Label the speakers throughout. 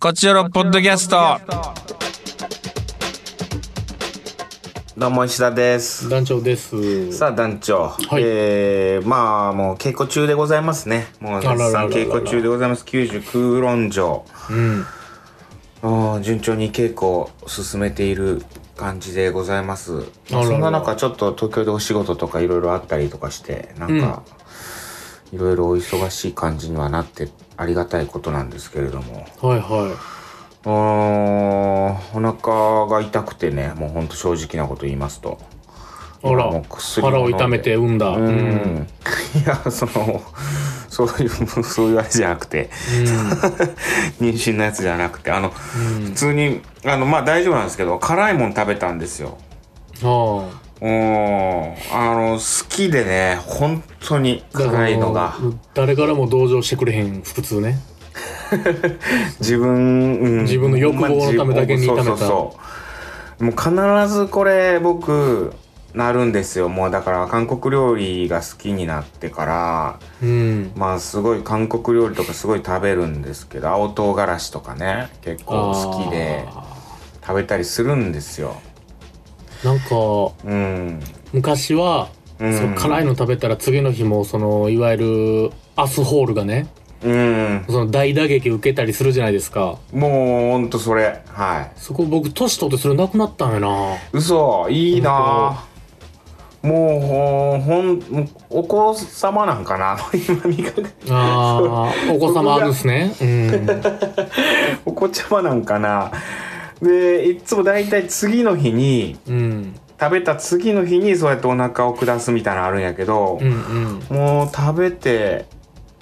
Speaker 1: こちらのポッドキャスト。
Speaker 2: どうも石田です。
Speaker 3: 団長です。
Speaker 2: さあ団長、
Speaker 3: い
Speaker 2: えー、まあもう稽古中でございますね。もう
Speaker 3: らららら
Speaker 2: 絶賛稽古中でございます。九十空論城、
Speaker 3: うん。
Speaker 2: うん順調に稽古を進めている感じでございます。
Speaker 3: あらら
Speaker 2: そんな中ちょっと東京でお仕事とかいろいろあったりとかしてなんかいろいろお忙しい感じにはなってありがたいことなんですけれども。
Speaker 3: はいは
Speaker 2: うーんお腹が痛くてねもうほんと正直なこと言いますと
Speaker 3: い。あ
Speaker 2: 今も
Speaker 3: ら
Speaker 2: う、薬
Speaker 3: 腹
Speaker 2: 飲ん
Speaker 3: を
Speaker 2: で
Speaker 3: 痛めて産んだ。
Speaker 2: う
Speaker 3: うんん。
Speaker 2: いやそのそういうそういうあれじゃなくて妊娠のやつじゃなくてあの、普通にあのまあ大丈夫なんですけど辛いもん食べたんですよ
Speaker 3: あ
Speaker 2: うんあの好きでね本当に
Speaker 3: あ。だから
Speaker 2: 辛いのが
Speaker 3: 誰からも同情してくれへん、普通ね。
Speaker 2: 自分、うん
Speaker 3: 自分の欲望のためだけに
Speaker 2: ほんま
Speaker 3: 炒めた
Speaker 2: そうそうそうもう必ずこれ僕なるんですよもうだから韓国料理が好きになってから
Speaker 3: うん。
Speaker 2: まあすごい韓国料理とかすごい食べるんですけど青唐辛子とかね結構好きで
Speaker 3: あ
Speaker 2: 食べたりするんですよ
Speaker 3: ーなんか、
Speaker 2: うん
Speaker 3: 昔は、
Speaker 2: うん
Speaker 3: そう辛いの食べたら次の日も、その、いわゆる、アスホールがね、
Speaker 2: うん
Speaker 3: その大打撃受けたりするじゃないですか。
Speaker 2: もうほんとそれはい
Speaker 3: そこ僕、年取ってそれなくなったんやな。
Speaker 2: 嘘いいなぁもうほんほんもうお子様なんかな 今見かけ
Speaker 3: ああ、お子様あるんすね。うん。
Speaker 2: お子ちゃまなんかなでいつも大体次の日に
Speaker 3: うん。
Speaker 2: 食べた次の日にそうやってお腹を下すみたいなのあるんやけど
Speaker 3: うん、うん。
Speaker 2: もう食べて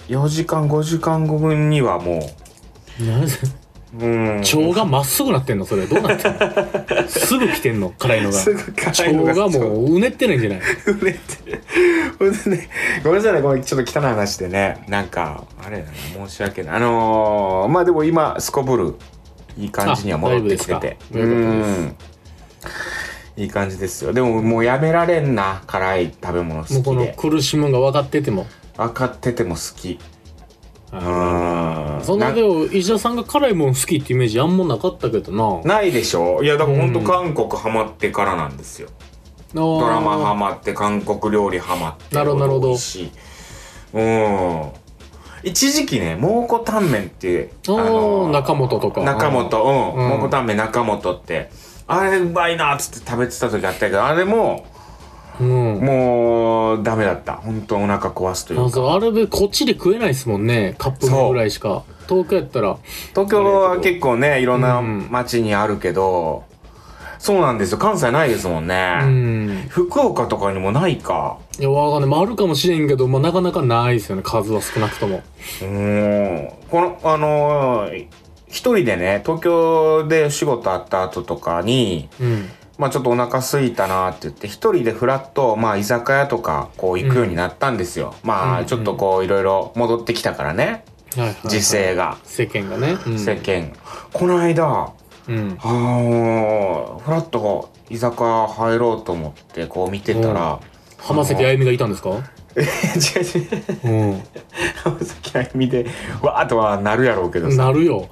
Speaker 2: 4時間5時間後分にはも
Speaker 3: なんで
Speaker 2: ううん
Speaker 3: 腸がまっすぐなってんのそれどうなってんのすぐ来てんの辛いのが
Speaker 2: すぐ辛いの
Speaker 3: 腸がも
Speaker 2: う
Speaker 3: ううねってないんじゃない
Speaker 2: 売 れてほんでねごめんなさいねこれちょっと汚い話でねなんかあれだな申し訳ないあのー、まあでも今すこぶるいい感じには戻ってきて
Speaker 3: あだい
Speaker 2: て
Speaker 3: ぶですかよかったで
Speaker 2: んいい感じですよでももうやめられんな辛い食べ物好き
Speaker 3: も
Speaker 2: で
Speaker 3: うこの苦しむんが分かってても
Speaker 2: 分かってても好きうん
Speaker 3: そんな
Speaker 2: な
Speaker 3: でも石田さんが辛いもん好きってイメージあんまなかったけどな
Speaker 2: ないでしょいやだからほんと韓国ハマってからなんですよ
Speaker 3: ド
Speaker 2: ドラマハマって韓国料理ハマって
Speaker 3: なるほどなるほど
Speaker 2: 美味しいうん一時期ね蒙古タンメンって
Speaker 3: おー中本とか
Speaker 2: 中本うん、
Speaker 3: うん
Speaker 2: 蒙古タンメン中本ってあれうまいなっつって食べてた時あったけどあれも
Speaker 3: うん
Speaker 2: もうダメだった本当お腹壊すとい
Speaker 3: なん
Speaker 2: うか
Speaker 3: かあれでこっちで食えないですもんねカップ麺ぐらいしか東京やったら
Speaker 2: 東京は結構ねいろんな
Speaker 3: うん
Speaker 2: 町にあるけど、そうなんですよ関西ないですもんね、
Speaker 3: うん
Speaker 2: 福岡とかにもないか
Speaker 3: いやわかんないまああるかもしれんけど、まあ、なかなかないですよね数は少なくとも
Speaker 2: うんこのあのー一人でね東京で仕事あった後とかに
Speaker 3: うん
Speaker 2: まあちょっとお腹空いたなって言って一人でふらっとまあ居酒屋とかこう行くようになったんですよ、ま
Speaker 3: うんう
Speaker 2: あ
Speaker 3: ん
Speaker 2: ちょっとこういろいろ戻ってきたからね
Speaker 3: はいはいはい
Speaker 2: 時勢が、
Speaker 3: 世間がね、うん、
Speaker 2: 世間この間
Speaker 3: うん
Speaker 2: あのーふらっと居酒屋入ろうと思ってこう見てたら、
Speaker 3: 浜崎あゆみがいたんですか
Speaker 2: 違う違う
Speaker 3: うん
Speaker 2: 浜崎あゆみでわーっとはなるやろうけどさ
Speaker 3: なるよ。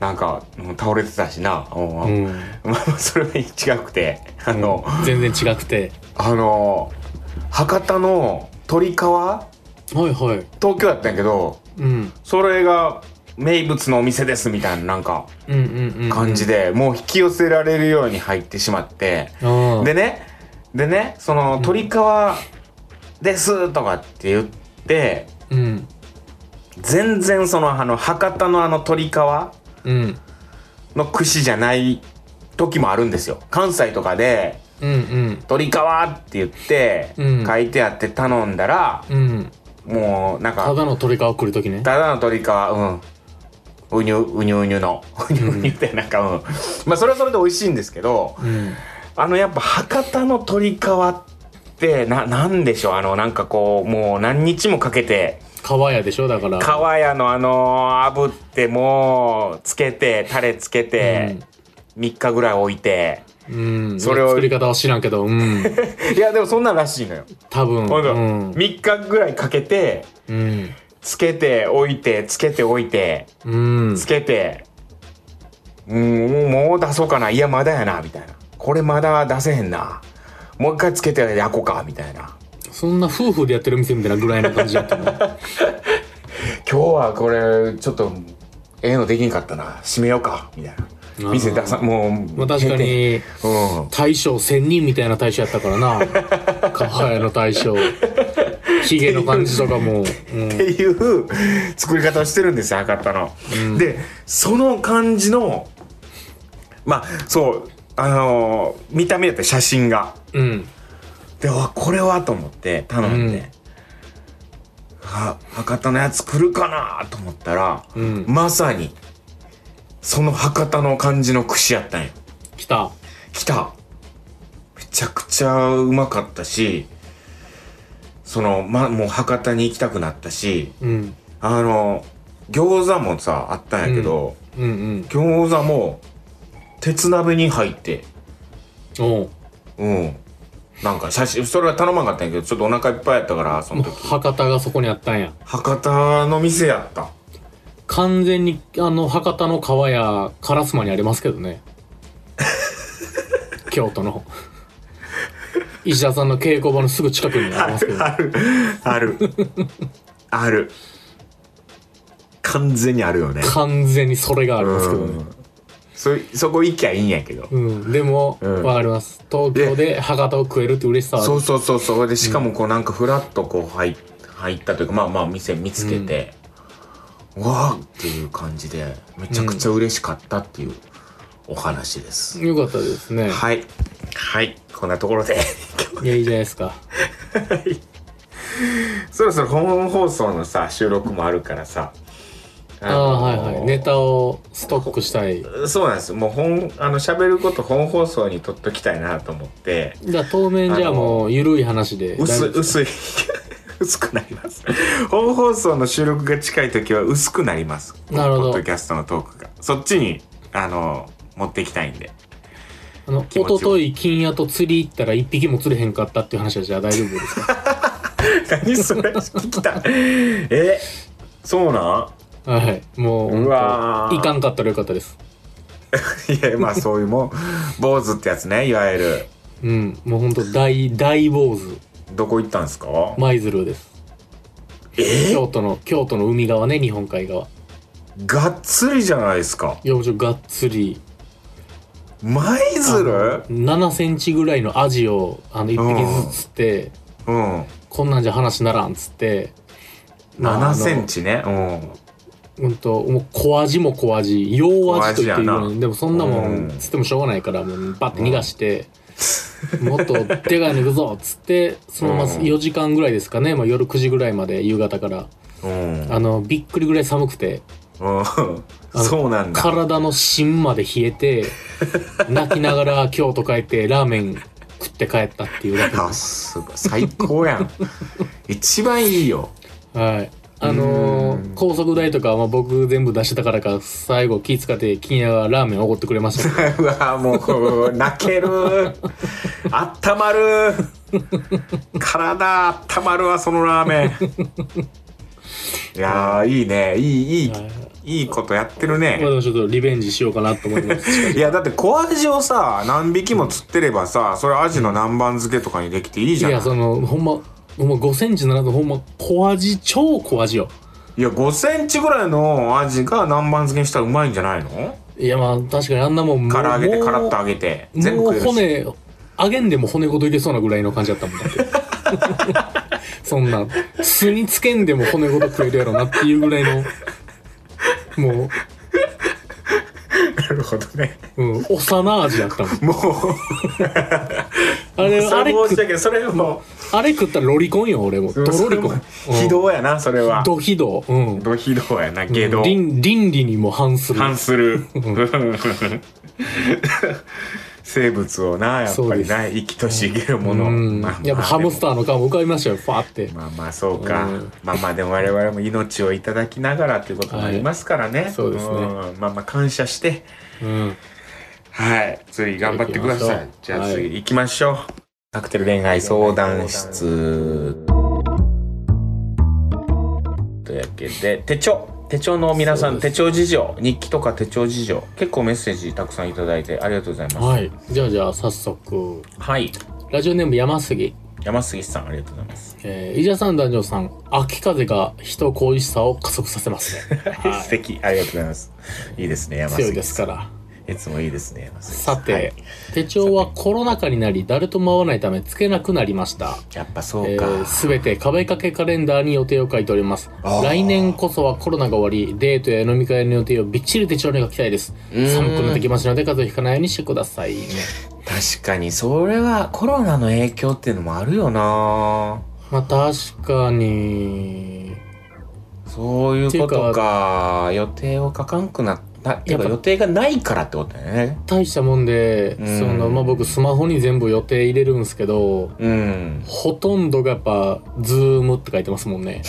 Speaker 2: なんかうん倒れてたしな、うん
Speaker 3: うん。
Speaker 2: まあそれは違くてあの、
Speaker 3: 全然違くて。
Speaker 2: あの博多の鳥皮東
Speaker 3: はいはい。
Speaker 2: 京やったんやけど
Speaker 3: うん。
Speaker 2: それが名物のお店ですみたいななんか
Speaker 3: うんうんうん。
Speaker 2: 感じ。で、もう引き寄せられるように入ってしまって、
Speaker 3: ああ。
Speaker 2: でねでねその鳥皮ですとかって言って
Speaker 3: うん。
Speaker 2: 全然そのあの博多のあの鳥皮
Speaker 3: うん。
Speaker 2: の串じゃない時もあるんですよ関西とかで
Speaker 3: うんうん。
Speaker 2: 鳥皮って言って
Speaker 3: うん
Speaker 2: 書いてあって頼んだら、
Speaker 3: うん。
Speaker 2: もうなん
Speaker 3: た
Speaker 2: か
Speaker 3: だの鳥皮来るときね。
Speaker 2: ただの鳥皮うんうにゅうにゅうにゅの うにゅうにゅってなんかうんまあそれはそれで美味しいんですけど
Speaker 3: うん。
Speaker 2: あのやっぱ博多の鳥皮ってななんでしょうあのなんかこうもう何日もかけて
Speaker 3: 皮やでしょだから。
Speaker 2: 皮屋のあの炙ってもうつけてタレつけて、3日ぐらい置いて
Speaker 3: うん。
Speaker 2: それを
Speaker 3: 作り方は知らんけど、 うん。
Speaker 2: いやでもそんなんらしいのよ、
Speaker 3: 多分。
Speaker 2: ほんと
Speaker 3: うん。
Speaker 2: 3日ぐらいかけて
Speaker 3: うん。
Speaker 2: つけておいて、つけておいて、
Speaker 3: うん
Speaker 2: つけて、うん、もうもう出そうかな。いや、まだやな、みたいな。これまだ出せへんな。もう一回つけて焼こうか、みたいな。
Speaker 3: そんな夫婦でやってる店みたいなぐらいの感じ だったの
Speaker 2: 今日はこれ、ちょっと、ええのできんかったな。閉めようか、みたいな。店出さ、もう、
Speaker 3: まあ確か
Speaker 2: 閉
Speaker 3: に
Speaker 2: 店。うん。
Speaker 3: 大将千人みたいな大将やったから な川屋の大将ヒゲの感じとかも、うん
Speaker 2: っていう作り方をしてるんですよ博多の。でその感じのまあそうあのー見た目やった写真が。
Speaker 3: うん
Speaker 2: でわこれはと思って頼んで、
Speaker 3: うん
Speaker 2: は博多のやつ来るかなと思ったら、
Speaker 3: うん
Speaker 2: まさにその博多の感じの串やったんよ。
Speaker 3: 来た
Speaker 2: 来ためちゃくちゃうまかったしその、ま、もう博多に行きたくなったし。
Speaker 3: うん
Speaker 2: あの、餃子もさ、あったんやけど、
Speaker 3: うんうん
Speaker 2: 餃子も、鉄鍋に入って、
Speaker 3: おう
Speaker 2: うん。なんか写真、それは頼まんかったんやけど、ちょっとお腹いっぱいやったから、その時。
Speaker 3: 博多がそこにあったんや
Speaker 2: 博多の店やった。
Speaker 3: 完全にあの博多の川や烏丸にありますけど ね京都の石田さんの稽古場のすぐ近くにありますけど
Speaker 2: ある、ある。ある。完全にあるよね。
Speaker 3: 完全にそれがありますけどね
Speaker 2: そ、そこ行きゃいいんやけど。
Speaker 3: うん、でも、わ
Speaker 2: うん
Speaker 3: かります東京で博多を食えるって嬉しさはある
Speaker 2: そうそうそうそうでしかもこうなんかフラッとこう入っ入ったというかまあまあ店見つけて、わあっていう感じでめちゃくちゃ嬉しかったっていうお話です、
Speaker 3: よかったですね、
Speaker 2: はいはいこんなところで
Speaker 3: い、やいいじゃないですか
Speaker 2: そろそろ本放送のさ収録もあるからさあ
Speaker 3: ああはいはいネタをストックしたい
Speaker 2: そうなんですもう本あの喋ること本放送にとっときたいなと思って
Speaker 3: じゃあ当面じゃあもうゆるい話で大
Speaker 2: 薄
Speaker 3: 丈
Speaker 2: い
Speaker 3: 夫です
Speaker 2: 薄い 薄くなります本放送の収録が近い時は薄くなります
Speaker 3: なるほど
Speaker 2: ポッドキャストのトークがそっちにあの持っていきたい んで
Speaker 3: あの
Speaker 2: 気持ちを
Speaker 3: 一昨日金屋と釣り行ったら一匹も釣れへんかったっていう話はじゃあ大丈夫 ですか
Speaker 2: 何それ聞きたい えそうな
Speaker 3: はいもう
Speaker 2: うわー
Speaker 3: いかんかったらよかったです
Speaker 2: ん いやまあそういうもん坊主ってやつねいわゆる
Speaker 3: うんもうほんと大大坊主
Speaker 2: どこ行ったんですか、
Speaker 3: 舞鶴です
Speaker 2: え
Speaker 3: 京都の京都の海側ね日本海側
Speaker 2: がっつりじゃないですか
Speaker 3: いやもちろんがっつり
Speaker 2: 舞鶴
Speaker 3: 7センチぐらいのアジをあの1匹ずつ釣って、
Speaker 2: うん
Speaker 3: こんなんじゃ話ならんっつって、ま
Speaker 2: 7
Speaker 3: あ
Speaker 2: センチねうん
Speaker 3: あのうんともう小アジも小アジ洋アジと言っていい
Speaker 2: 小
Speaker 3: の
Speaker 2: アジや
Speaker 3: にでもそんなも
Speaker 2: うん
Speaker 3: ん釣ってもしょうがないからもうバッて逃がして、もっとでかいの行くぞっつってそのまま
Speaker 2: うん
Speaker 3: 4時間ぐらいですかね、まあ、夜9時ぐらいまで夕方から
Speaker 2: うん
Speaker 3: あのびっくりぐらい寒くて
Speaker 2: うんそうなんだ
Speaker 3: 体の芯まで冷えて泣きながら京都帰ってラーメン食って帰ったっていうだけ
Speaker 2: あすごい最高やん一番いいよ
Speaker 3: はい。あのー高速代とかはまあ僕全部出してたからか、最後気使って金谷がラーメンおごってくれました。
Speaker 2: うわもう泣けるあったまる体あったまるわそのラーメンいやーいいねいいいい、
Speaker 3: はい
Speaker 2: い、いことやってる
Speaker 3: まあ
Speaker 2: ね
Speaker 3: でもちょっとリベンジしようかなと思います。
Speaker 2: いやだって小アジをさ何匹も釣ってればさそれアジの南蛮漬けとかにできていい
Speaker 3: い
Speaker 2: じゃんい
Speaker 3: や、
Speaker 2: や
Speaker 3: その、ほんま、ほんま5センチならず、ほんま小味、超小味よ。
Speaker 2: 5センチぐらいのアジが南蛮漬けにしたらうまいんじゃないの
Speaker 3: いや、まあ確かにあんなもんもう、
Speaker 2: 唐揚げて
Speaker 3: もう
Speaker 2: カラッと揚げて全部
Speaker 3: も
Speaker 2: 食
Speaker 3: う
Speaker 2: えるし
Speaker 3: 骨、揚げんでも骨ごといけそうなぐらいの感じだったもんだって。 そんな、酢につけんでも骨ごと食えるやろなっていうぐらいの、も
Speaker 2: なるほどね
Speaker 3: う、うん、幼味だったもん。
Speaker 2: もう
Speaker 3: あれ、あ
Speaker 2: そ
Speaker 3: れ
Speaker 2: れ
Speaker 3: 食っ
Speaker 2: 申し訳ないそれはも
Speaker 3: あれ食ったらロリコンよ、俺も。
Speaker 2: う
Speaker 3: ドロリコン。
Speaker 2: 非道やなそれは
Speaker 3: ドヒド。うん。
Speaker 2: ど非道やなけど
Speaker 3: 倫倫理にも反する。
Speaker 2: 反す る生物をなやっ
Speaker 3: そ
Speaker 2: ぱ
Speaker 3: うで
Speaker 2: り
Speaker 3: す
Speaker 2: な生きとし生けるもの
Speaker 3: うん。
Speaker 2: まあまあ
Speaker 3: やっぱハムスターの顔も浮かびましたよ、ファーって。
Speaker 2: まあまあそうか、
Speaker 3: うん
Speaker 2: まあまあでも我々も命をいただきながらということになりますからね、
Speaker 3: そうですね
Speaker 2: んまあまあ感謝して
Speaker 3: うん。
Speaker 2: はい次頑張ってください
Speaker 3: 行き
Speaker 2: じ
Speaker 3: ましょう
Speaker 2: ゃあ
Speaker 3: は
Speaker 2: 次行きましょう、カクテル恋愛相談室でだけで手帳手帳の皆さん
Speaker 3: そうで
Speaker 2: 手
Speaker 3: す
Speaker 2: 帳事情日記とか手帳事情結構メッセージたくさんいただいてありがとうございます
Speaker 3: はい。じゃあじゃあ、早速。
Speaker 2: はい
Speaker 3: ラジオネーム山杉。
Speaker 2: 山杉さんありがとうございます
Speaker 3: えー、伊者さん、男女さん、秋風が人恋しさを加速させます ね。
Speaker 2: 素敵ありがとうございますいいですね山
Speaker 3: 強い
Speaker 2: 杉
Speaker 3: です
Speaker 2: さ
Speaker 3: から。
Speaker 2: んいつもいいですね山杉
Speaker 3: さて、
Speaker 2: はい
Speaker 3: 手帳はコロナ禍になり、誰とも会わないため、つけなくなりました。
Speaker 2: やっぱそ
Speaker 3: え
Speaker 2: うか、
Speaker 3: ーすべ、て壁掛けカレンダーに予定を書いております
Speaker 2: あー
Speaker 3: 来年こそはコロナが終わりデートや飲み会の予定をびっちり手帳に書きたいです
Speaker 2: うん
Speaker 3: 寒くなってきますので風邪をひかないようにしてくださいね
Speaker 2: 確かにそれはコロナの影響っていうのもあるよな
Speaker 3: まあ確かに
Speaker 2: そういうこと
Speaker 3: って
Speaker 2: か
Speaker 3: いう
Speaker 2: 予定を書かんくなったっていうか
Speaker 3: やっぱ
Speaker 2: 予定がないからってことだよね
Speaker 3: 大したもんで
Speaker 2: うん
Speaker 3: その、まあ、僕スマホに全部予定入れるんですけど
Speaker 2: うん
Speaker 3: ほとんどがやっぱ「ズームって書いてますも んね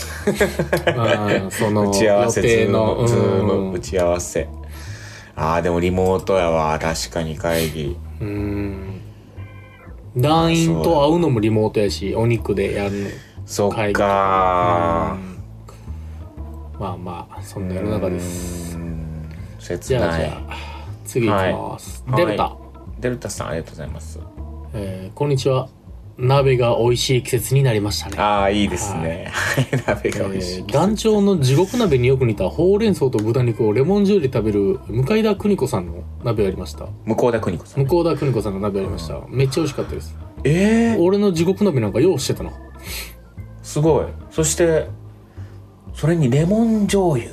Speaker 3: うんその
Speaker 2: 打ち合わせ
Speaker 3: 予定の
Speaker 2: ズームズー
Speaker 3: うん
Speaker 2: ム打ち合わせあーでもリモートやわ確かに会議
Speaker 3: うーん。団員と会うのもリモートやし、お肉でやる
Speaker 2: そっ
Speaker 3: 会議と
Speaker 2: か
Speaker 3: うんまあまあ、そんな世の中です
Speaker 2: う。ん切
Speaker 3: じゃあ
Speaker 2: な
Speaker 3: じ
Speaker 2: い
Speaker 3: ゃあ、次行きます。
Speaker 2: はい
Speaker 3: デルタ、
Speaker 2: はデルタさんありがとうございます
Speaker 3: えーこんにちは。鍋が美味しい季節になりましたね。
Speaker 2: ああいいですねはい 鍋
Speaker 3: え
Speaker 2: が美味しい
Speaker 3: ー、団長の地獄鍋によく似たほうれん草と豚肉をレモンジューで食べる向田邦子さんの鍋ありました
Speaker 2: 向田邦子さん
Speaker 3: 向田邦子さんの鍋ありました、めっちゃ美味しかったです
Speaker 2: ええ
Speaker 3: 俺の地獄鍋なんか用意してたな
Speaker 2: すごいそしてそれにレモン醤油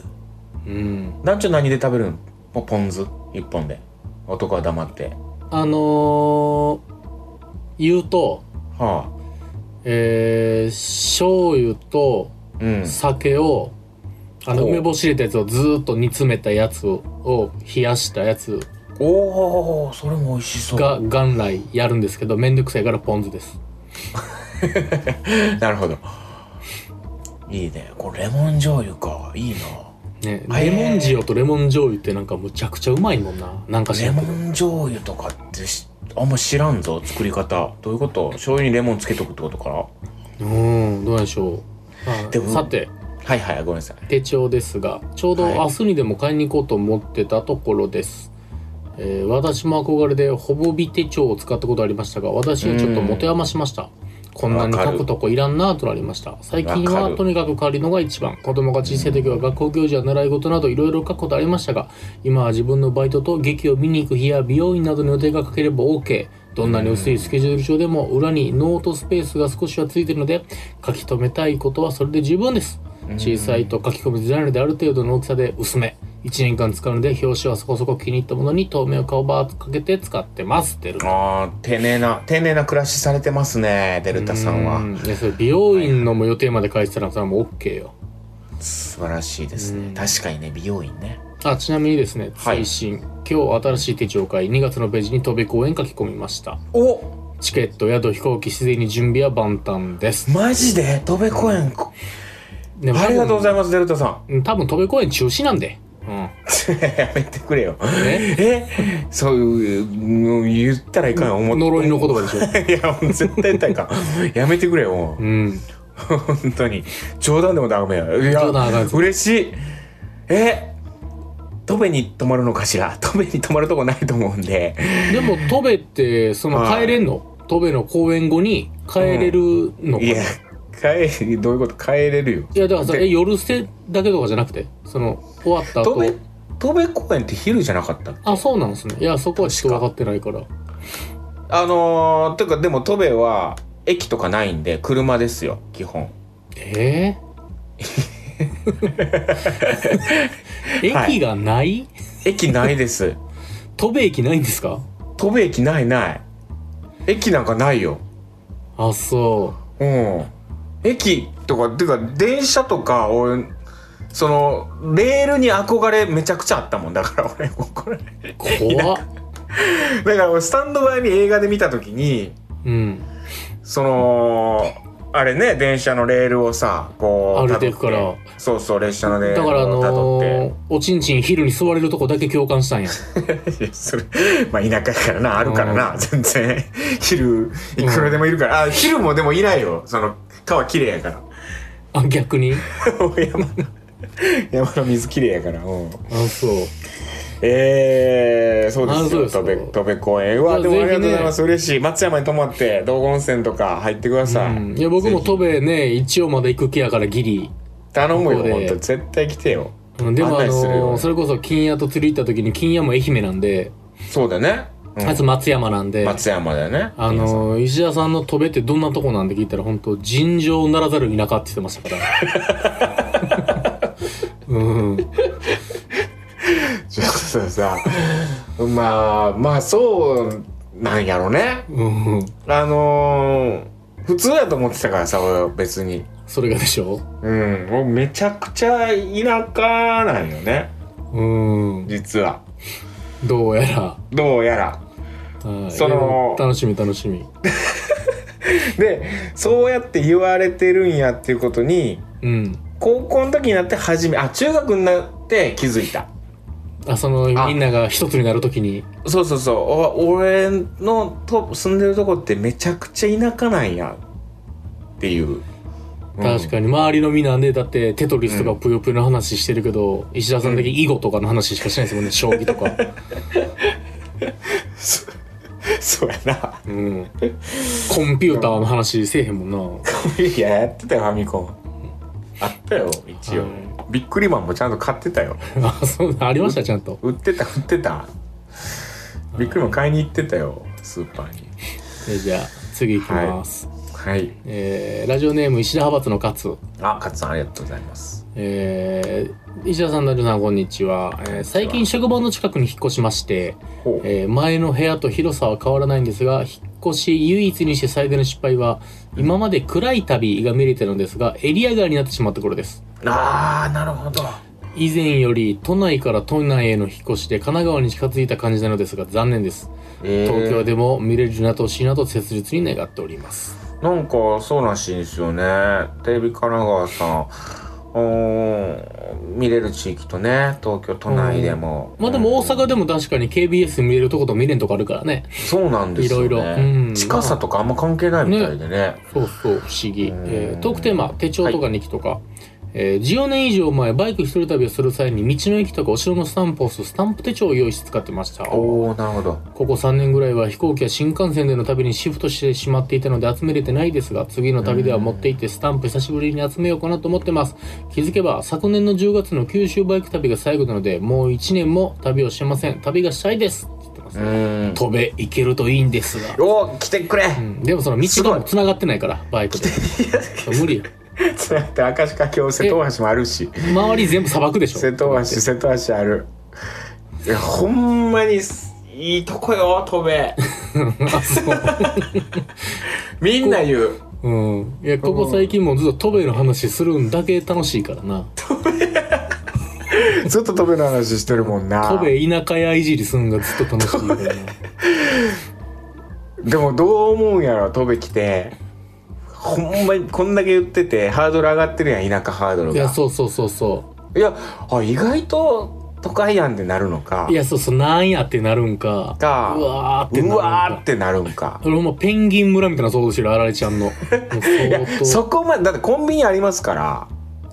Speaker 3: うん
Speaker 2: 団長何で食べるのもうポン酢一本で男は黙って
Speaker 3: あのー、言うと、
Speaker 2: は
Speaker 3: えー、醤油と
Speaker 2: あうん
Speaker 3: 酒を、あの
Speaker 2: ほう
Speaker 3: 梅干し入れたやつをずーっと煮詰めたやつを冷やしたやつ
Speaker 2: おおそれも美味しそう
Speaker 3: が元来やるんですけどめんどくさいからポン酢です
Speaker 2: なるほどいいねこれレモン醤油かいい
Speaker 3: ね
Speaker 2: へー
Speaker 3: レモン塩とレモン醤油ってなんかむちゃくちゃうまいもんななんか
Speaker 2: な
Speaker 3: し
Speaker 2: レ
Speaker 3: らん
Speaker 2: モ
Speaker 3: けど
Speaker 2: ン醤油とかってしあんま知らんぞ作り方どういうこと醤油にレモンつけとくってことかな
Speaker 3: うんどうなんでしょう、はい
Speaker 2: でも
Speaker 3: さて
Speaker 2: はいはいごめんなさい
Speaker 3: 手帳ですがちょうど
Speaker 2: はい
Speaker 3: 明日にでも買いに行こうと思ってたところです、えー私も憧れでほぼ美手帳を使ったことありましたが私はちょっと持て余しましたこんなに
Speaker 2: わか
Speaker 3: 書
Speaker 2: る
Speaker 3: くとこいらんなぁとなりました最
Speaker 2: わ
Speaker 3: 近
Speaker 2: か
Speaker 3: は
Speaker 2: る
Speaker 3: とにかく借りるのが一番子供が小さい時は学校行事や習い事などいろいろ書くことありましたが今は自分のバイトと劇を見に行く日や美容院などの予定が書ければ OK どんなに薄いスケジュール帳でも裏にノートスペースが少しはついてるので書き留めたいことはそれで十分です小さいと書き込みづらいのである程度の大きさで薄め1年間使うので表紙はそこそこ気に入ったものに透明をカバーかけて使ってますデルタ
Speaker 2: あー丁寧な丁寧な暮らしされてますねデルタさんは
Speaker 3: うんいやそれ美容院のも予定まで書いてたらそれはもう OK よ
Speaker 2: 素晴らしいですね確かにね美容院ね
Speaker 3: あちなみにですね
Speaker 2: はい
Speaker 3: 最新、今日新しい手帳会2月のページに飛び公演書き込みました
Speaker 2: お
Speaker 3: チケット宿飛行機すでに準備は万端です
Speaker 2: マジで戸部公園、
Speaker 3: でも多
Speaker 2: あ
Speaker 3: 分
Speaker 2: りがとうございますデルタさん
Speaker 3: うん多分飛び公演中止なんでうん
Speaker 2: やめてくれよ
Speaker 3: ね
Speaker 2: えそういうもう言ったらいかん思っ
Speaker 3: 呪いの言葉でしょ
Speaker 2: いやもう絶対言ったらいかん やめてくれよもう
Speaker 3: うん
Speaker 2: 本当に冗談でもダメよいや
Speaker 3: 冗談あかんです
Speaker 2: 嬉しいえ戸部に泊まるのかしら戸部に泊まるとこないと思うんで
Speaker 3: でも、トベって、その
Speaker 2: はい
Speaker 3: 帰れんの、トベの公演後に帰れるのか、
Speaker 2: い
Speaker 3: い
Speaker 2: や帰どういうこと帰れるよ
Speaker 3: や、だからさ、
Speaker 2: で
Speaker 3: え、夜捨てだけとかじゃなくて、その、終わった
Speaker 2: 戸
Speaker 3: 後。
Speaker 2: 部戸部公園って昼じゃなかったっけ
Speaker 3: あ、そうなんですね。いや、そこはちょっと分かってないから。
Speaker 2: あのー、てかでも戸部は駅とかないんで車ですよ基本
Speaker 3: え ー
Speaker 2: はい
Speaker 3: 駅がない
Speaker 2: 駅ないです
Speaker 3: トベ駅ないんですか
Speaker 2: 戸部駅ないない駅なんかないよ
Speaker 3: あ、そ
Speaker 2: うん駅とかてか電車とか俺そのレールに憧れめちゃくちゃあったもんだから俺もうこれだ
Speaker 3: う。怖っ。
Speaker 2: から俺スタンドバイに映画で見た時に
Speaker 3: うん。
Speaker 2: そのあれね電車のレールをさこう
Speaker 3: 歩いていくから
Speaker 2: 辿ってそうそう列車のレー
Speaker 3: だからあ
Speaker 2: ルを辿
Speaker 3: の
Speaker 2: って、
Speaker 3: ー、おちんちん昼に座れるとこだけ共感したんや。
Speaker 2: いやそれまあ田舎やからなあるからな、全然昼いくらでもいるから、あ昼もでもいないよその川綺麗やから
Speaker 3: あ、逆に
Speaker 2: 大山の山の水きれいやから。うん。
Speaker 3: あそう
Speaker 2: えー、そうですよ。
Speaker 3: あそう
Speaker 2: と
Speaker 3: で
Speaker 2: べ、
Speaker 3: すか
Speaker 2: とべ公園。うわ、
Speaker 3: い
Speaker 2: で
Speaker 3: や
Speaker 2: もありが
Speaker 3: ぜひ
Speaker 2: とう
Speaker 3: ね
Speaker 2: ございます。嬉しい。松山に泊まって、道後温泉とか入ってください。
Speaker 3: うんいや僕も戸部ね一応まで行く気やからギリ
Speaker 2: 頼むよ、
Speaker 3: ここで
Speaker 2: 本当絶対来てよ。
Speaker 3: うんでもあ
Speaker 2: 案内する
Speaker 3: の
Speaker 2: よ
Speaker 3: それこそ金谷と釣り行った時に金谷も愛媛なんで、
Speaker 2: そうだね。うん
Speaker 3: あいつ松山なんで、
Speaker 2: 松山だよね。
Speaker 3: あ
Speaker 2: 皆さん、
Speaker 3: の石田さんの戸部ってどんなとこなんて聞いたら本当尋常ならざる田舎って言ってましたから うん
Speaker 2: ちょっとさ、まあ、まあ、そうなんやろね。
Speaker 3: うん
Speaker 2: あのー、普通だと思ってたからさ、俺は別に。
Speaker 3: それがでしょ
Speaker 2: うん、もうめちゃくちゃ田舎なんよね、
Speaker 3: うん
Speaker 2: 実は。
Speaker 3: どうやら
Speaker 2: どうやら。
Speaker 3: はい
Speaker 2: その
Speaker 3: いやもう楽しみ楽しみ
Speaker 2: で、そうやって言われてるんやっていうことに、
Speaker 3: うん
Speaker 2: 高校の時になって初め、あ、中学になって気づいた。
Speaker 3: あその
Speaker 2: あ
Speaker 3: みんなが一つになる時に
Speaker 2: そうそうそう。お俺のと住んでるとこってめちゃくちゃ田舎なんや。っていう。
Speaker 3: 確かに周りのみんなねだってテトリスとかぷよぷよの話してるけど、石田さんだけ囲碁とかの話しかしないですもんね将棋と か
Speaker 2: に。そうやな。
Speaker 3: うんコンピューターの話せえへんもんない
Speaker 2: や、やってたよ、ファミコン。あったよ、一応。
Speaker 3: は
Speaker 2: ビックリマンもちゃんと買ってたよ。
Speaker 3: あそうありましたちゃんと
Speaker 2: 売ってた、売ってた。ビックリマン買いに行ってたよ、スーパーに。
Speaker 3: えじゃあ次行きます、
Speaker 2: はい。
Speaker 3: えーラジオネーム石田派閥の勝
Speaker 2: あ、カツさんありがとうございます。
Speaker 3: えー石田さん、ダルさん、こんにちは、えー最近職場の近くに引っ越しまして、
Speaker 2: ほう。
Speaker 3: えー前の部屋と広さは変わらないんですが、引っ越し唯一にして最大の失敗は、今まで暗い旅が見れてるのですが、エリア外になってしまった頃です。
Speaker 2: あー、なるほど。
Speaker 3: 以前より都内から都内への引っ越しで神奈川に近づいた感じなのですが、残念です。
Speaker 2: えー
Speaker 3: 東京でも見れるようになってほしいなと切実に願っております。
Speaker 2: なんかそうらしいんですよね。テレビ神奈川さん。うーん見れる地域とね東京都内でも、
Speaker 3: まあでも大
Speaker 2: うん
Speaker 3: 阪でも確かに KBS 見れるとこと見れんとこあるからね。
Speaker 2: そうなんですよ、ね、
Speaker 3: いろいろうん
Speaker 2: 近さとかあんま関係ないみたいでね
Speaker 3: そうそう、不思議。
Speaker 2: うん
Speaker 3: えートークテーマ、手帳とか日記とか。えー14年以上前、バイク一人旅をする際に、道の駅とかお城のスタンプを押すスタンプ手帳を用意して使ってました。こ
Speaker 2: おおなるほど
Speaker 3: こ3年ぐらいは飛行機や新幹線での旅にシフトしてしまっていたので集めれてないですが、次の旅では持っていってスタンプ久しぶりに集めようかなと思ってます。気づけば、昨年の10月の九州バイク旅が最後なので、もう1年も旅をしてません。旅がしたいですって言ってます
Speaker 2: う
Speaker 3: ね。
Speaker 2: ーん
Speaker 3: 飛べ、行けるといいんですが。
Speaker 2: おー来てくれ、
Speaker 3: うんでもその道がもう繋がってないからバイクでそう無理よ
Speaker 2: つながって明石海峡瀬戸大橋もあるし
Speaker 3: 周り全部砂漠でしょ
Speaker 2: 瀬戸大橋瀬戸大橋あるいやほんまにすいいとこよ 戸部
Speaker 3: あそう
Speaker 2: みんな言う
Speaker 3: うんいやここ最近もずっとトベの話するんだけ楽しいからな
Speaker 2: ずっと戸部の話してるもんな
Speaker 3: トベ田舎やいじりするんがずっと楽しい からな
Speaker 2: でもどう思うんやろ飛べ来てほんまにこんだけ言っててハードル上がってるやん田舎ハードル
Speaker 3: い
Speaker 2: が
Speaker 3: やそうそうそうそ
Speaker 2: いやあ意外と都会やんってなるのか
Speaker 3: ういやそうそうなんやってなるんか
Speaker 2: か
Speaker 3: うわーってな
Speaker 2: う
Speaker 3: るんか
Speaker 2: わーってなるん か
Speaker 3: 俺もうペンギン村みたいな想像してるあられち ゃんのもう相当
Speaker 2: そこまでだってコンビニありますから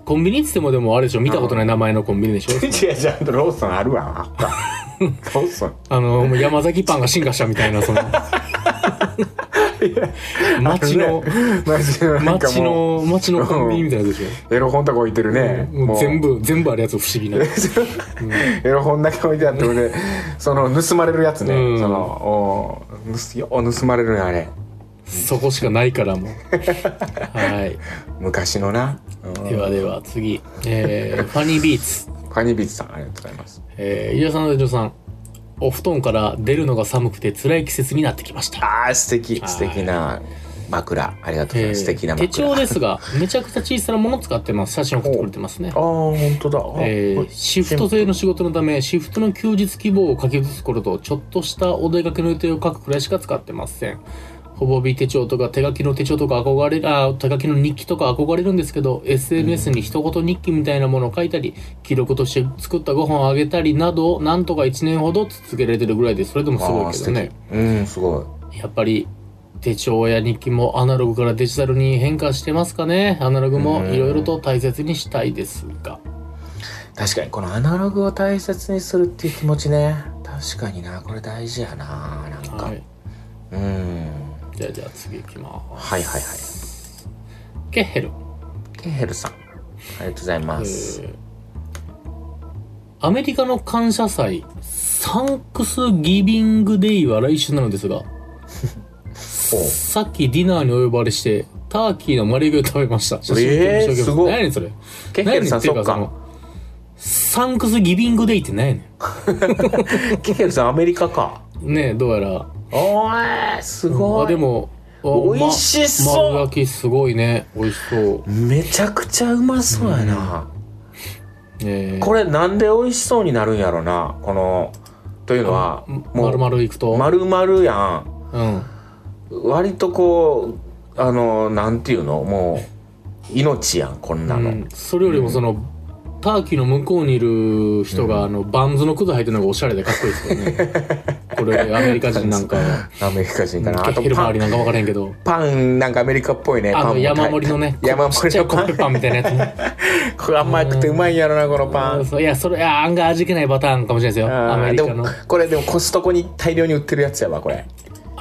Speaker 3: コンビニっつってもでもあれでしょ見たことない名前のコンビニでしょ
Speaker 2: いやちゃんとローソンあるわあったローソン
Speaker 3: あのもう山崎パンが進化したみたい なその街の
Speaker 2: 街のなんか
Speaker 3: 街
Speaker 2: もう
Speaker 3: の 街のコンビニみたいなやつでし
Speaker 2: エロ本とか置いてる
Speaker 3: ょ、
Speaker 2: ね
Speaker 3: もう全部全部あるやつ不思議な
Speaker 2: エロ本だけ置いてあって俺その盗まれるやつね、
Speaker 3: うん
Speaker 2: そのお盗お盗まれるねあれ
Speaker 3: そこしかないからもう はい
Speaker 2: 昔のな、うん
Speaker 3: ではでは次、えー、ファニービーツ、
Speaker 2: カニビーチさんありがとうございます
Speaker 3: えー、伊田さんの女さんお布団から出るのが寒くて辛い季節になってきました
Speaker 2: あー素敵
Speaker 3: はい
Speaker 2: 素敵な枕ありがとうござい
Speaker 3: え
Speaker 2: ま
Speaker 3: ー
Speaker 2: す、素敵な
Speaker 3: 手
Speaker 2: 枕
Speaker 3: 帳ですすがめちゃくちゃ小さなもの使ってます写真送ってくれてますね
Speaker 2: ああ本当だ、あ
Speaker 3: え
Speaker 2: こ
Speaker 3: ー
Speaker 2: れ
Speaker 3: シフト制の仕事のためシフトの休日希望を書き写す頃とちょっとしたお出かけの予定を書くくらいしか使ってませんほぼ日手帳とか手書きの手帳とか憧れあ手書きの日記とか憧れるんですけど SNS に一言日記みたいなものを書いたり記録として作ったご飯をあげたりなどをなんとか1年ほど続けられてるぐらいでそれでもすごいけどね
Speaker 2: あー素敵うんすごい
Speaker 3: やっぱり手帳や日記もアナログからデジタルに変化してますかねアナログもいろいろと大切にしたいですが
Speaker 2: 確かにこのアナログを大切にするっていう気持ちね確かになこれ大事やななんか、
Speaker 3: はい
Speaker 2: うん
Speaker 3: じゃあじゃあ次いきます
Speaker 2: はいはいはい
Speaker 3: ケッヘル
Speaker 2: ケヘルさんありがとうございます、
Speaker 3: えーアメリカの感謝祭、サンクスギビングデイは来週なのですが、さっきディナーにお呼ばれして、ターキーの丸焼きを食べました。写真
Speaker 2: えー
Speaker 3: 送って申し
Speaker 2: す
Speaker 3: 訳
Speaker 2: ごい
Speaker 3: ない何やねんそれ。
Speaker 2: ケヘルさんそっ
Speaker 3: 何やねんっていう
Speaker 2: か
Speaker 3: そのサンクスギビングデイって何やね
Speaker 2: ケヘルさんアメリカか
Speaker 3: ん。ねえ、どうやら。
Speaker 2: おーすごい、
Speaker 3: あ、でも、あ
Speaker 2: 美味しそう
Speaker 3: ま丸焼きすごいね。美味しそう。
Speaker 2: めちゃくちゃうまそうやな、
Speaker 3: えー、
Speaker 2: これなんで美味しそうになるんやろなこのというのは
Speaker 3: 丸々いくと。
Speaker 2: 丸々やん
Speaker 3: うん。
Speaker 2: 割とこうあのなんていうのもう命やんこんなの、
Speaker 3: うん、それよりもその、ターキーの向こうにいる人が、あのバンズの靴履いてるのがおしゃれでかっこいいですよね これアメリカ人なんか
Speaker 2: アメリカ人かなあと
Speaker 3: ヘルマ
Speaker 2: パ
Speaker 3: ーリ
Speaker 2: ン
Speaker 3: なんか分からへんけど
Speaker 2: パンなんかアメリカっぽいね
Speaker 3: あ
Speaker 2: パン
Speaker 3: の
Speaker 2: も
Speaker 3: 山盛りのね
Speaker 2: 山
Speaker 3: ちっ
Speaker 2: 盛り
Speaker 3: ちゃ
Speaker 2: の
Speaker 3: いコ
Speaker 2: パ
Speaker 3: ッペ
Speaker 2: ン
Speaker 3: パンみたいなやつね
Speaker 2: これ甘くてうまいんやろなこのパン
Speaker 3: そういやそれあ案外味気ないパターンかもしれないですよ
Speaker 2: あ
Speaker 3: ア
Speaker 2: ー
Speaker 3: メリ
Speaker 2: で
Speaker 3: カの
Speaker 2: もこれでもコストコに大量に売ってるやつやわこれ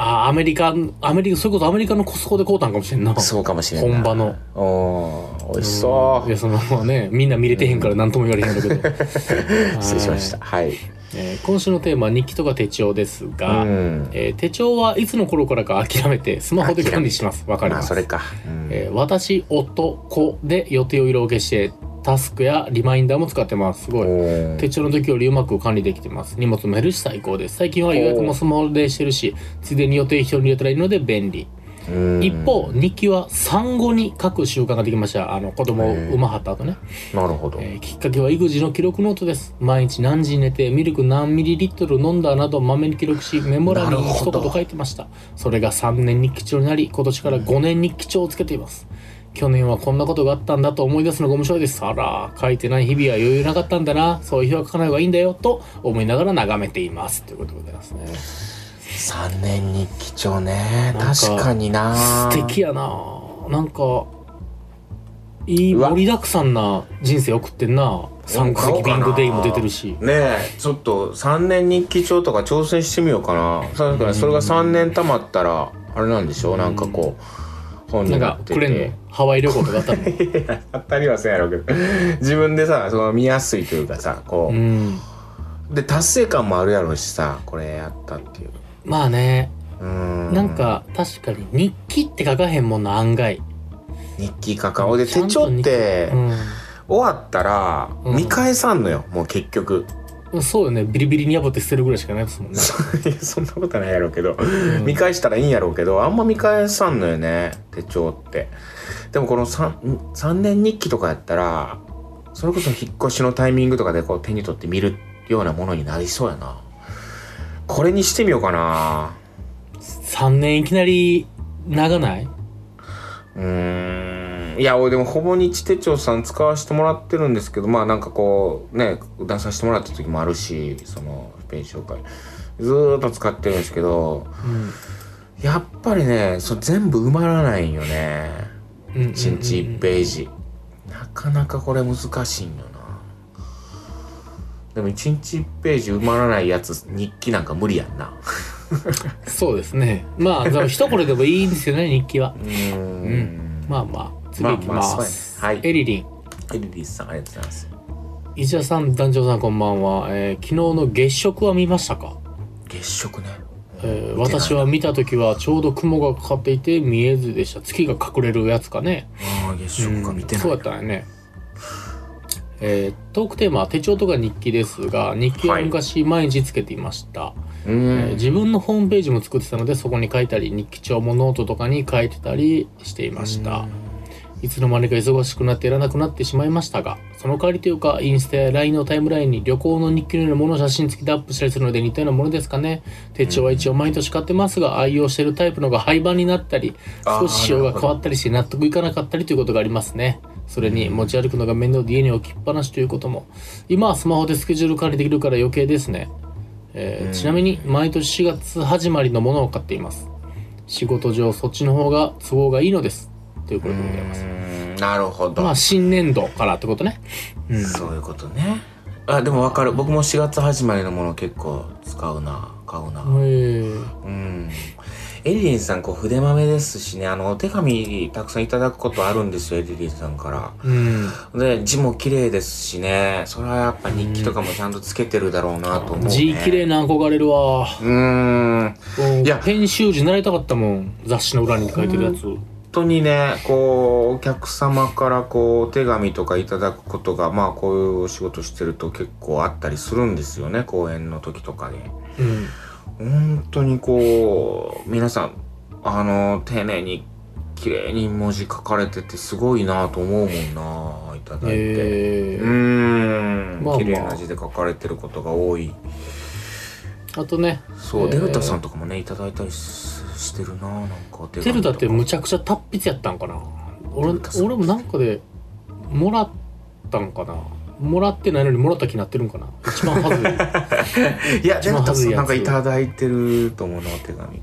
Speaker 3: あアメリカアメリカそういうことアメリカのコストコで買うたんかもしれんな
Speaker 2: そうかもしれんない
Speaker 3: 本場の
Speaker 2: おー美味しそう、
Speaker 3: いやそのねみんな見れてへんから何とも言われへんやろうけど、
Speaker 2: 失礼しましたはい
Speaker 3: えー今週のテーマは日記とか手帳ですが、
Speaker 2: うん
Speaker 3: えー手帳はいつの頃からか諦めてスマホで管理します。わかり
Speaker 2: ま
Speaker 3: ま
Speaker 2: あ
Speaker 3: す。
Speaker 2: それか、うん
Speaker 3: えー私、夫、子で予定を色分けして、タスクやリマインダーも使ってます。すごい。
Speaker 2: お
Speaker 3: 手
Speaker 2: ー
Speaker 3: 帳の時よりうまく管理できてます。荷物も減るし最高です。最近は予約もスマホでしてるし、ついでに予定表に入れたらいいので便利。
Speaker 2: うん
Speaker 3: 一方、日記は産後に書く習慣ができました。あの、子供を産まはった後ね。
Speaker 2: なるほど、
Speaker 3: えーきっかけは育児の記録ノートです毎日何時に寝てミルク何ミリリットル飲んだなどまめに記録 しメモ欄に
Speaker 2: なるほ
Speaker 3: 一
Speaker 2: ど
Speaker 3: 言書いてましたそれが3年日記帳になり今年から5年日記帳をつけています、去年はこんなことがあったんだと思い出すのが面白いですあら書いてない日々は余裕なかったんだなそういう日は書かない方がいいんだよと思いながら眺めていますということでございますね
Speaker 2: 3年日記帳ね
Speaker 3: なんか
Speaker 2: 確かにな
Speaker 3: 素敵やななんかいい盛りだくさんな人生送ってんなサンクスギビングデイも出てるし
Speaker 2: ねえちょっと3年日記帳とか挑戦してみようかな確かにそれが3年たまったらあれなんでしょうなんかこう本
Speaker 3: な
Speaker 2: に
Speaker 3: ん
Speaker 2: な
Speaker 3: か
Speaker 2: って
Speaker 3: くれん
Speaker 2: て
Speaker 3: のハワイ旅行とかあったの
Speaker 2: 当たりはせんやろうけど 自分でさその見やすいというかさこ
Speaker 3: う
Speaker 2: う、
Speaker 3: ん
Speaker 2: で達成感もあるやろうしさこれやったっていう
Speaker 3: まあね
Speaker 2: うん
Speaker 3: なんか確かに日記って書かへんもんな案外
Speaker 2: 日記書かんほいで手帳っ
Speaker 3: ち
Speaker 2: て
Speaker 3: ゃんと日記
Speaker 2: 終わったら
Speaker 3: うん
Speaker 2: 見返さんのよ、もう結局
Speaker 3: うんそうよねビリビリに破って捨てるぐらいしかないですもんね、
Speaker 2: いやそんなことはない やろうけど、
Speaker 3: うん
Speaker 2: 見返したらいいんやろうけどあんま見返さんのよね手帳ってでもこの 3, 三年日記とかやったらそれこそ引っ越しのタイミングとかでこう手に取って見るようなものになりそうやなこれにしてみようかな
Speaker 3: 3年いきなり長ないう
Speaker 2: ーんいや俺でもほぼ日手帳さん使わせてもらってるんですけどまあなんかこうね出させてもらった時もあるしそのスペイン紹介ずーっと使ってるんですけどやっぱりねそう全部埋まらないんよね
Speaker 3: うんうん
Speaker 2: 1日1ページなかなかこれ難しいんよなでも1日1ページ埋まらないやつ日記なんか無理やんな
Speaker 3: そうですねまあでも一これでもいいんですよね 日記は
Speaker 2: うーん
Speaker 3: まあまあ次いきます、
Speaker 2: まあまあそうやねはい
Speaker 3: エリリン
Speaker 2: エリリスさんありがとうございます
Speaker 3: 石田さん団長さんこんばんは、えー昨日の月食は見ましたか
Speaker 2: 月食ね
Speaker 3: えー私は見た時はちょうど雲がかかっていて見えずでした月が隠れるやつかね
Speaker 2: ああ月食か見てない
Speaker 3: そうやったんやね、えートークテーマは手帳とか日記ですが日記は昔毎日つけていました、
Speaker 2: う
Speaker 3: えー
Speaker 2: ん
Speaker 3: 自分のホームページも作ってたのでそこに書いたり日記帳もノートとかに書いてたりしていました、いつの間にか忙しくなってやらなくなってしまいましたが、その代わりというか、インスタや LINE のタイムラインに旅行の日記のようなものを写真付きでアップしたりするので似たようなものですかね。手帳は一応毎年買ってますが、愛用しているタイプのが廃盤になったり、
Speaker 2: あー
Speaker 3: 少し仕様が変わったりして納得いかなかったりということがありますね。それに持ち歩くのが面倒で家に置きっぱなしということも、今はスマホでスケジュール管理できるから余計ですね。えーちなみに毎年4月始まりのものを買っています。仕事上そっちの方が都合がいいのです。ということでございます。
Speaker 2: なるほど、
Speaker 3: まあ新年度からってことね。うん。
Speaker 2: そういうことねあでも分かる僕も4月始まりのもの結構使うな買うな
Speaker 3: ええ
Speaker 2: うんエリリンさんこう筆豆ですしねあのお手紙たくさんいただくことあるんですよエリリンさんから
Speaker 3: うん。
Speaker 2: で字も綺麗ですしねそれはやっぱ日記とかもちゃんとつけてるだろうなと思う、ね、
Speaker 3: 字綺麗な憧れるわ。
Speaker 2: うーん
Speaker 3: うん
Speaker 2: いや
Speaker 3: 編集時なりたかったもん。雑誌の裏に書いてるやつ。
Speaker 2: 本当にねこうお客様からこうお手紙とかいただくことがまあこういうお仕事してると結構あったりするんですよね公演の時とかに
Speaker 3: うん。
Speaker 2: 本当にこう皆さんあの丁寧に綺麗に文字書かれててすごいなと思うもんないただいて、
Speaker 3: ええ
Speaker 2: うーん、
Speaker 3: まあまあ
Speaker 2: 綺麗な字で書かれてることが多い
Speaker 3: あとね、
Speaker 2: そう、
Speaker 3: えー
Speaker 2: デルタさんとかもねいただいたりししてるななんかお手
Speaker 3: テ
Speaker 2: 紙
Speaker 3: ル
Speaker 2: と
Speaker 3: だ
Speaker 2: か
Speaker 3: ってむちゃくちゃ達筆やったんかな。俺、
Speaker 2: テルタさん
Speaker 3: 俺もなんかで、もらったんかな。もらってないのにもらった気になってるんかな。一番はず い。
Speaker 2: いや、
Speaker 3: 一
Speaker 2: でも
Speaker 3: 番恥ずいやつ
Speaker 2: なんかいただいてると思うの、お手紙。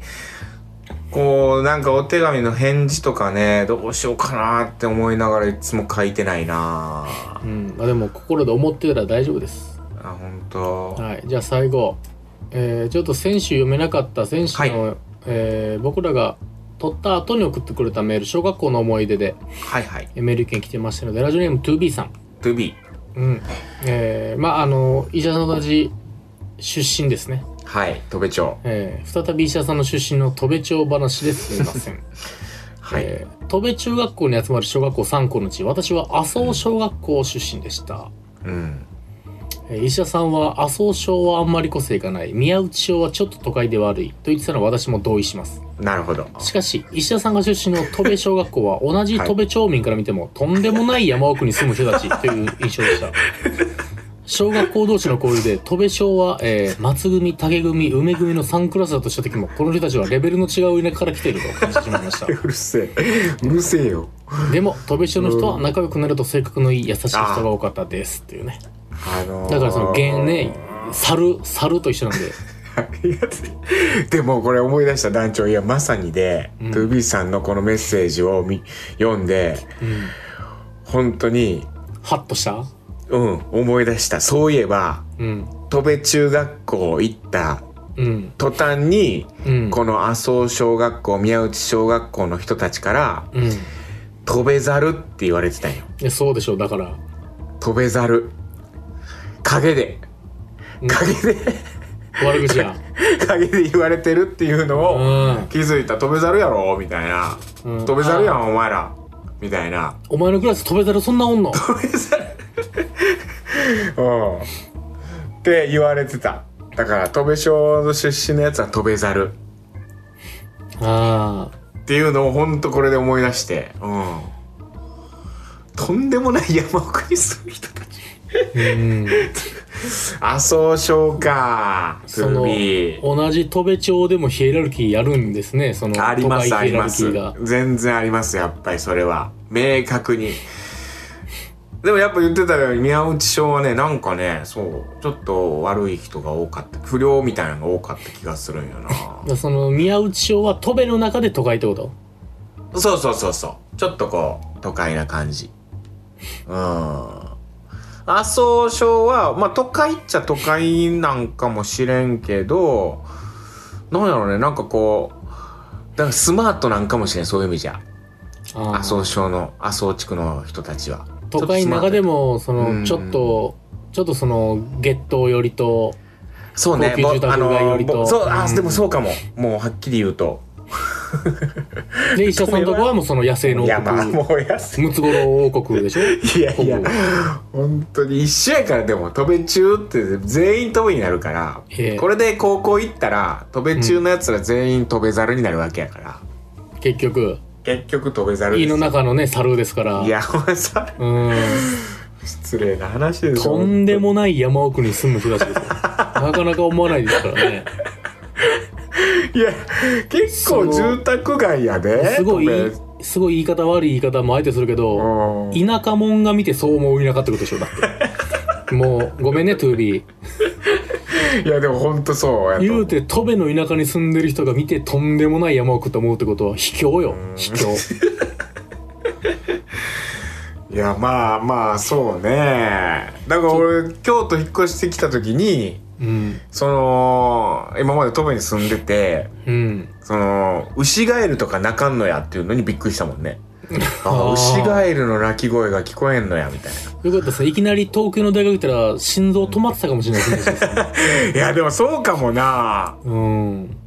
Speaker 2: こう、なんかお手紙の返事とかね、どうしようかなって思いながらいつも書いてないなあ
Speaker 3: うん、あでも心で思ってたら大丈夫です。
Speaker 2: 本当。
Speaker 3: はい、じゃあ最後、えーちょっと先週読めなかった先週の、えー僕らが撮った後に送ってくれたメール小学校の思い出で
Speaker 2: はいはい。
Speaker 3: えーメール券来てましたのでラジオネーム 2B さん、
Speaker 2: to be。
Speaker 3: うんえーまああの医者さんと同じ出身ですね、
Speaker 2: はい、戸部町。
Speaker 3: えー再び医者さんの出身の戸部町話ですみません、
Speaker 2: はい。
Speaker 3: えー戸部中学校に集まる小学校3校のうち私は麻生小学校出身でした、
Speaker 2: うん。
Speaker 3: えー医者さんは麻生症はあんまり個性がない宮内症はちょっと都会で悪いと言ってたのは私も同意します
Speaker 2: なるほど。
Speaker 3: しかし医者さんが出身の戸部小学校は同じ戸部町民から見ても、とんでもない山奥に住む人たちという印象でした小学校同士の交流で戸部小は、えー松組竹組梅組の3クラスだとした時もこの人たちはレベルの違う田舎から来ていると感じてしまい ました
Speaker 2: うるせえ。うるせえよ。
Speaker 3: でも戸部小の人は仲良くなると性格のいい優しい人が多かったですっていうね
Speaker 2: あのー
Speaker 3: だからその原ね猿猿と一緒なんで
Speaker 2: ありがとうでもこれ思い出した団長いやまさにで、
Speaker 3: うん
Speaker 2: 2B さんのこのメッセージを見読んで
Speaker 3: うん
Speaker 2: 本当に
Speaker 3: ハッとした
Speaker 2: うん思い出したそういえば
Speaker 3: うん
Speaker 2: 戸部中学校行った
Speaker 3: うん
Speaker 2: 途端に、
Speaker 3: うん
Speaker 2: この麻生小学校宮内小学校の人たちから
Speaker 3: うんい
Speaker 2: 「飛べざる」って言われてたんよ
Speaker 3: やそうでしょうだから
Speaker 2: 「飛べざる」陰で
Speaker 3: うん
Speaker 2: 陰で
Speaker 3: 悪口や
Speaker 2: 陰で言われてるっていうの
Speaker 3: う
Speaker 2: を
Speaker 3: ん
Speaker 2: 気づいた「飛べざるやろ」みたいな
Speaker 3: う
Speaker 2: 「
Speaker 3: ん
Speaker 2: 飛べざるや
Speaker 3: あ
Speaker 2: んお前ら」みたいな
Speaker 3: お前のクラス飛べざるそんなおん
Speaker 2: 「
Speaker 3: の
Speaker 2: 飛べざる」うんって言われてただから戸部小の出身のやつは「飛べざる」
Speaker 3: ああ
Speaker 2: っていうのをほんとこれで思い出して、うん、とんでもない山奥に住む人たち
Speaker 3: うん
Speaker 2: 麻生省かト
Speaker 3: そ
Speaker 2: ゥー
Speaker 3: の
Speaker 2: ビー
Speaker 3: 同じ戸部町でもヒエラルキーやるんですねその
Speaker 2: あります
Speaker 3: 都
Speaker 2: あ
Speaker 3: 会
Speaker 2: り
Speaker 3: ヒエラ
Speaker 2: ま
Speaker 3: ルキ
Speaker 2: す
Speaker 3: ーが
Speaker 2: 全然ありますやっぱりそれは明確にでもやっぱ言ってたように宮内省はねなんかねそうちょっと悪い人が多かった不良みたいなのが多かった気がするんよな
Speaker 3: その宮内町は戸部の中で都会ってこと
Speaker 2: そうそうそうそう。ちょっとこう、都会な感じ。うん。麻生省は、まあ都会っちゃ都会なんかもしれんけど、なんやろうね、なんかこう、だからスマートなんかもしれん、そういう意味じゃ。
Speaker 3: あー
Speaker 2: 麻生省の、麻生地区の人たちは。
Speaker 3: 都会の中でもそ
Speaker 2: うん
Speaker 3: のちょっとちょっとそのゲット寄りと
Speaker 2: そうね
Speaker 3: 高、級住宅
Speaker 2: ぼあ
Speaker 3: 街よ
Speaker 2: の
Speaker 3: りと
Speaker 2: ぼそう、あ、
Speaker 3: うん
Speaker 2: でもそうかも。もうはっきり言うと。
Speaker 3: で医者さんとこはもうその野生の王
Speaker 2: いや、まあ、
Speaker 3: 国
Speaker 2: もう安い。
Speaker 3: ムツゴロウ王国でしょ
Speaker 2: いやいや
Speaker 3: ほぼ、
Speaker 2: 本当に一緒やからでも、飛べ中って全員飛べになるから、
Speaker 3: ええ
Speaker 2: これで高校行ったら、飛べ中のやつら全員飛べざるになるわけやから、
Speaker 3: 結局
Speaker 2: 結局飛べざる
Speaker 3: 胃
Speaker 2: です
Speaker 3: の中のね猿ですから
Speaker 2: いや、お前さ、
Speaker 3: うん
Speaker 2: 失礼な話でしょ。
Speaker 3: とんでもない山奥に住む人 たちですよなかなか思わないですからね
Speaker 2: いや、結構住宅街やで。
Speaker 3: すごい
Speaker 2: 戸部
Speaker 3: すごい言い方悪い言い方もあえてするけ
Speaker 2: う
Speaker 3: ど
Speaker 2: ん
Speaker 3: 田舎者が見てそう思う田舎ってことでしょだっ てもうごめんねトゥービー
Speaker 2: いや、でも本当そうやと
Speaker 3: 言うて戸部の田舎に住んでる人が見てとんでもない山奥と思うってことは卑怯よ卑怯
Speaker 2: いやまあまあそうねだから俺京都引っ越してきた時に
Speaker 3: うん
Speaker 2: その今まで戸部に住んでて
Speaker 3: うん
Speaker 2: そのウシガエルとか鳴かんのやっていうのにびっくりしたもん ねあ
Speaker 3: あー
Speaker 2: ウシガエルの鳴き声が聞こえんのやみたい
Speaker 3: よかったですねいきなり東京の大学行ったら心臓止まってたかもしれないです ね
Speaker 2: ないやでもそうかもな
Speaker 3: うん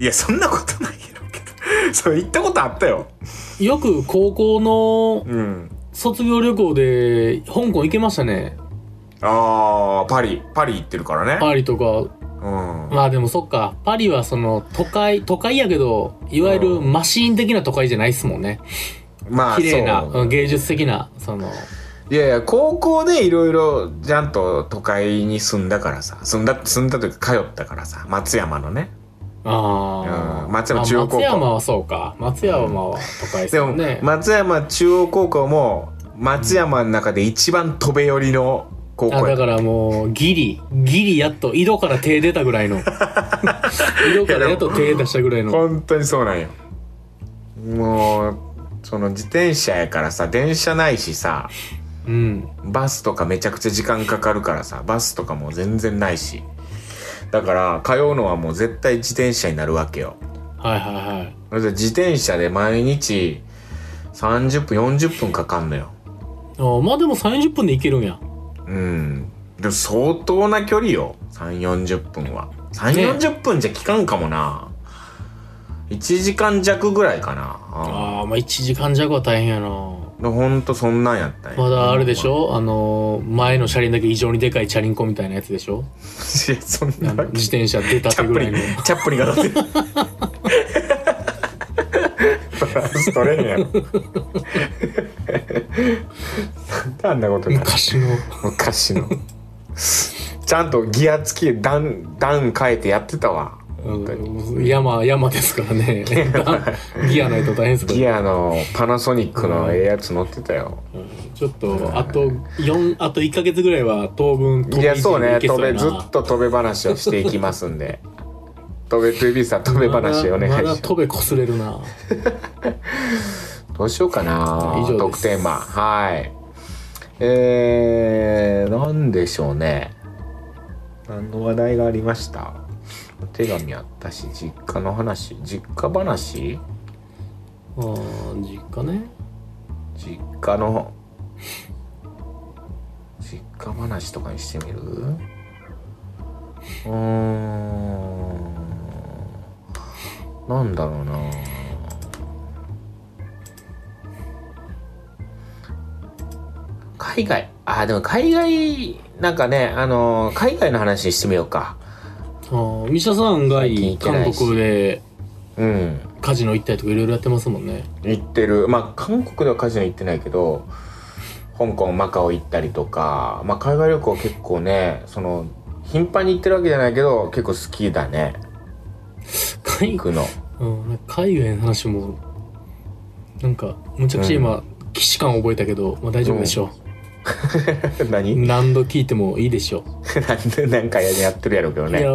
Speaker 2: いやそんなことないやろうけど それ行ったことあったよ
Speaker 3: よく高校の
Speaker 2: うん
Speaker 3: 卒業旅行で香港行けましたね
Speaker 2: あーパリパリ行ってるからね
Speaker 3: パリとか
Speaker 2: うん
Speaker 3: まあでもそっかパリはその都会都会やけどいわゆるマシーン的な都会じゃないっすもんね
Speaker 2: まあ
Speaker 3: 綺麗な
Speaker 2: そう
Speaker 3: うん芸術的なその
Speaker 2: いやいや高校でいろいろちゃんと都会に住んだからさ住んだ住んだ時通ったからさ松山のね
Speaker 3: ああ、
Speaker 2: うん松山中央高校
Speaker 3: 松山はそうか松山は都会です
Speaker 2: で
Speaker 3: よ
Speaker 2: も、
Speaker 3: ね、
Speaker 2: 松山中央高校も松山の中で一番飛べ寄りの高
Speaker 3: あ
Speaker 2: 校や
Speaker 3: だからもうギリギリやっと井戸から手出たぐら いの井戸からやっと手出したぐらいの
Speaker 2: 本当にそうなんよもうその自転車やからさ電車ないしさ
Speaker 3: うん
Speaker 2: バスとかめちゃくちゃ時間かかるからさバスとかも全然ないしだから通うのはもう絶対自転車になるわけよ
Speaker 3: はいはいはい
Speaker 2: それで自転車で毎日30分40分かかんのよ
Speaker 3: あーまあでも30分で行けるんや
Speaker 2: うんでも相当な距離よ3 4 0分は3
Speaker 3: ね
Speaker 2: 4 0分じゃ効かんかもな、1時間弱ぐらいかな
Speaker 3: ああまあ1時間弱は大変やな
Speaker 2: うんほんとそんなんやったんや
Speaker 3: まだあれでしょあのー前の車輪だけ異常にでかいチャリンコみたいなやつでしょ
Speaker 2: いやそん
Speaker 3: あ
Speaker 2: な
Speaker 3: の
Speaker 2: わ
Speaker 3: 自
Speaker 2: け
Speaker 3: 転車出た
Speaker 2: チ
Speaker 3: て
Speaker 2: ャッ
Speaker 3: ぐ
Speaker 2: プ
Speaker 3: ら
Speaker 2: リ
Speaker 3: い
Speaker 2: ン
Speaker 3: の
Speaker 2: チャップリンが立 ってるバランス取れへんやろ なんであんなことになる
Speaker 3: 昔の
Speaker 2: 昔のちゃんとギア付き段段変えてやってたわ
Speaker 3: うん山山ですからね ギアないと大変ですからね
Speaker 2: ギアのパナソニックのええやつ乗ってたよ、
Speaker 3: ちょっとあと4あと1か月ぐらいは当分飛び
Speaker 2: いやそうね
Speaker 3: いけ
Speaker 2: 飛
Speaker 3: や
Speaker 2: べ
Speaker 3: な
Speaker 2: ずっと飛べ話をしていきますんで飛べ 2B さん飛べ話お願いし
Speaker 3: ま
Speaker 2: ま
Speaker 3: だまだ
Speaker 2: す、
Speaker 3: 飛べこすれるな
Speaker 2: どうしようかな
Speaker 3: 以上です
Speaker 2: 特テーマはいえー、なんでしょうね何の話題がありましたお手紙あったし実家の話実家話
Speaker 3: あー実家ね
Speaker 2: 実家の実家話とかにしてみるうーんなんだろうな海外あーでも海外なんかねあのー海外の話してみようか
Speaker 3: あー三田さんが
Speaker 2: 最近行けな
Speaker 3: 韓
Speaker 2: いし
Speaker 3: 国で
Speaker 2: うん
Speaker 3: カジノ行ったりとかいろいろやってますもんね
Speaker 2: 行ってるまあ韓国ではカジノ行ってないけど香港マカオ行ったりとか、まあ、海外旅行結構ねその頻繁に行ってるわけじゃないけど結構好きだね
Speaker 3: 海
Speaker 2: 行くの
Speaker 3: うんなんか海外の話もなんかむちゃくちゃ今、既視感覚えたけど、まあ、大丈夫でしょ う、
Speaker 2: 何
Speaker 3: 何度聞いてもいいでしょ
Speaker 2: なんでなんかやってるやろうけど
Speaker 3: う、いや
Speaker 2: ね
Speaker 3: お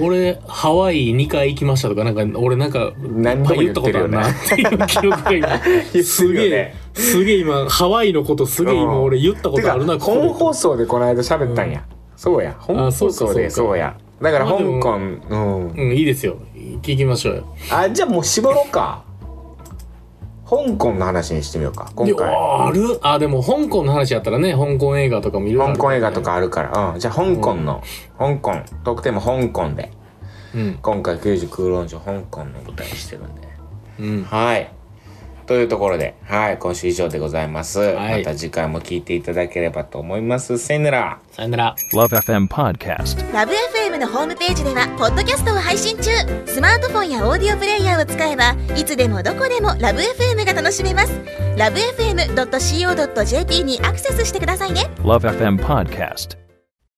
Speaker 3: うん俺ハワイ2回行きましたとかなんか俺なんか
Speaker 2: 何
Speaker 3: まあ
Speaker 2: 度も
Speaker 3: 言
Speaker 2: 言
Speaker 3: っ
Speaker 2: ったて
Speaker 3: こと
Speaker 2: る
Speaker 3: あ
Speaker 2: よ
Speaker 3: る
Speaker 2: ね
Speaker 3: なっていう記憶が今
Speaker 2: 言って
Speaker 3: す
Speaker 2: る
Speaker 3: げ
Speaker 2: よ
Speaker 3: え
Speaker 2: ね
Speaker 3: すげえ今ハワイのことすげえ今
Speaker 2: うん
Speaker 3: 俺言ったこ
Speaker 2: て
Speaker 3: とあ
Speaker 2: か
Speaker 3: るな
Speaker 2: 本
Speaker 3: ここ
Speaker 2: 放送でこの間喋ったんや、そうや本放送
Speaker 3: あ
Speaker 2: で
Speaker 3: そうかそうか
Speaker 2: そうやだから
Speaker 3: ま
Speaker 2: 香
Speaker 3: あでも
Speaker 2: 港、うん
Speaker 3: でうんいいですよ聞きましょうよ
Speaker 2: あじゃあもう絞ろうか香港の話にしてみようか今
Speaker 3: いや
Speaker 2: 回
Speaker 3: あるあでも香港の話やったらね香港映画とかもいろいろあ
Speaker 2: 香
Speaker 3: る
Speaker 2: 港映画とかあるから、うん、じゃあ香港の、香港特典も香港で
Speaker 3: うん
Speaker 2: 今回90空論城香港の舞台にしてるんで
Speaker 3: うん
Speaker 2: はいというところではい今週以上でございます、
Speaker 3: はい
Speaker 2: また次回も聞いていただければと思いますさよなら
Speaker 3: さよなら
Speaker 1: Love FM Podcast.
Speaker 4: ラブ f m のホームページではポッドキャストを配信中スマートフォンやオーディオプレイヤーを使えばいつでもどこでもラブ f m が楽しめますラブ FM.co.jp にアクセスしてくださいね
Speaker 1: Love FM Podcast.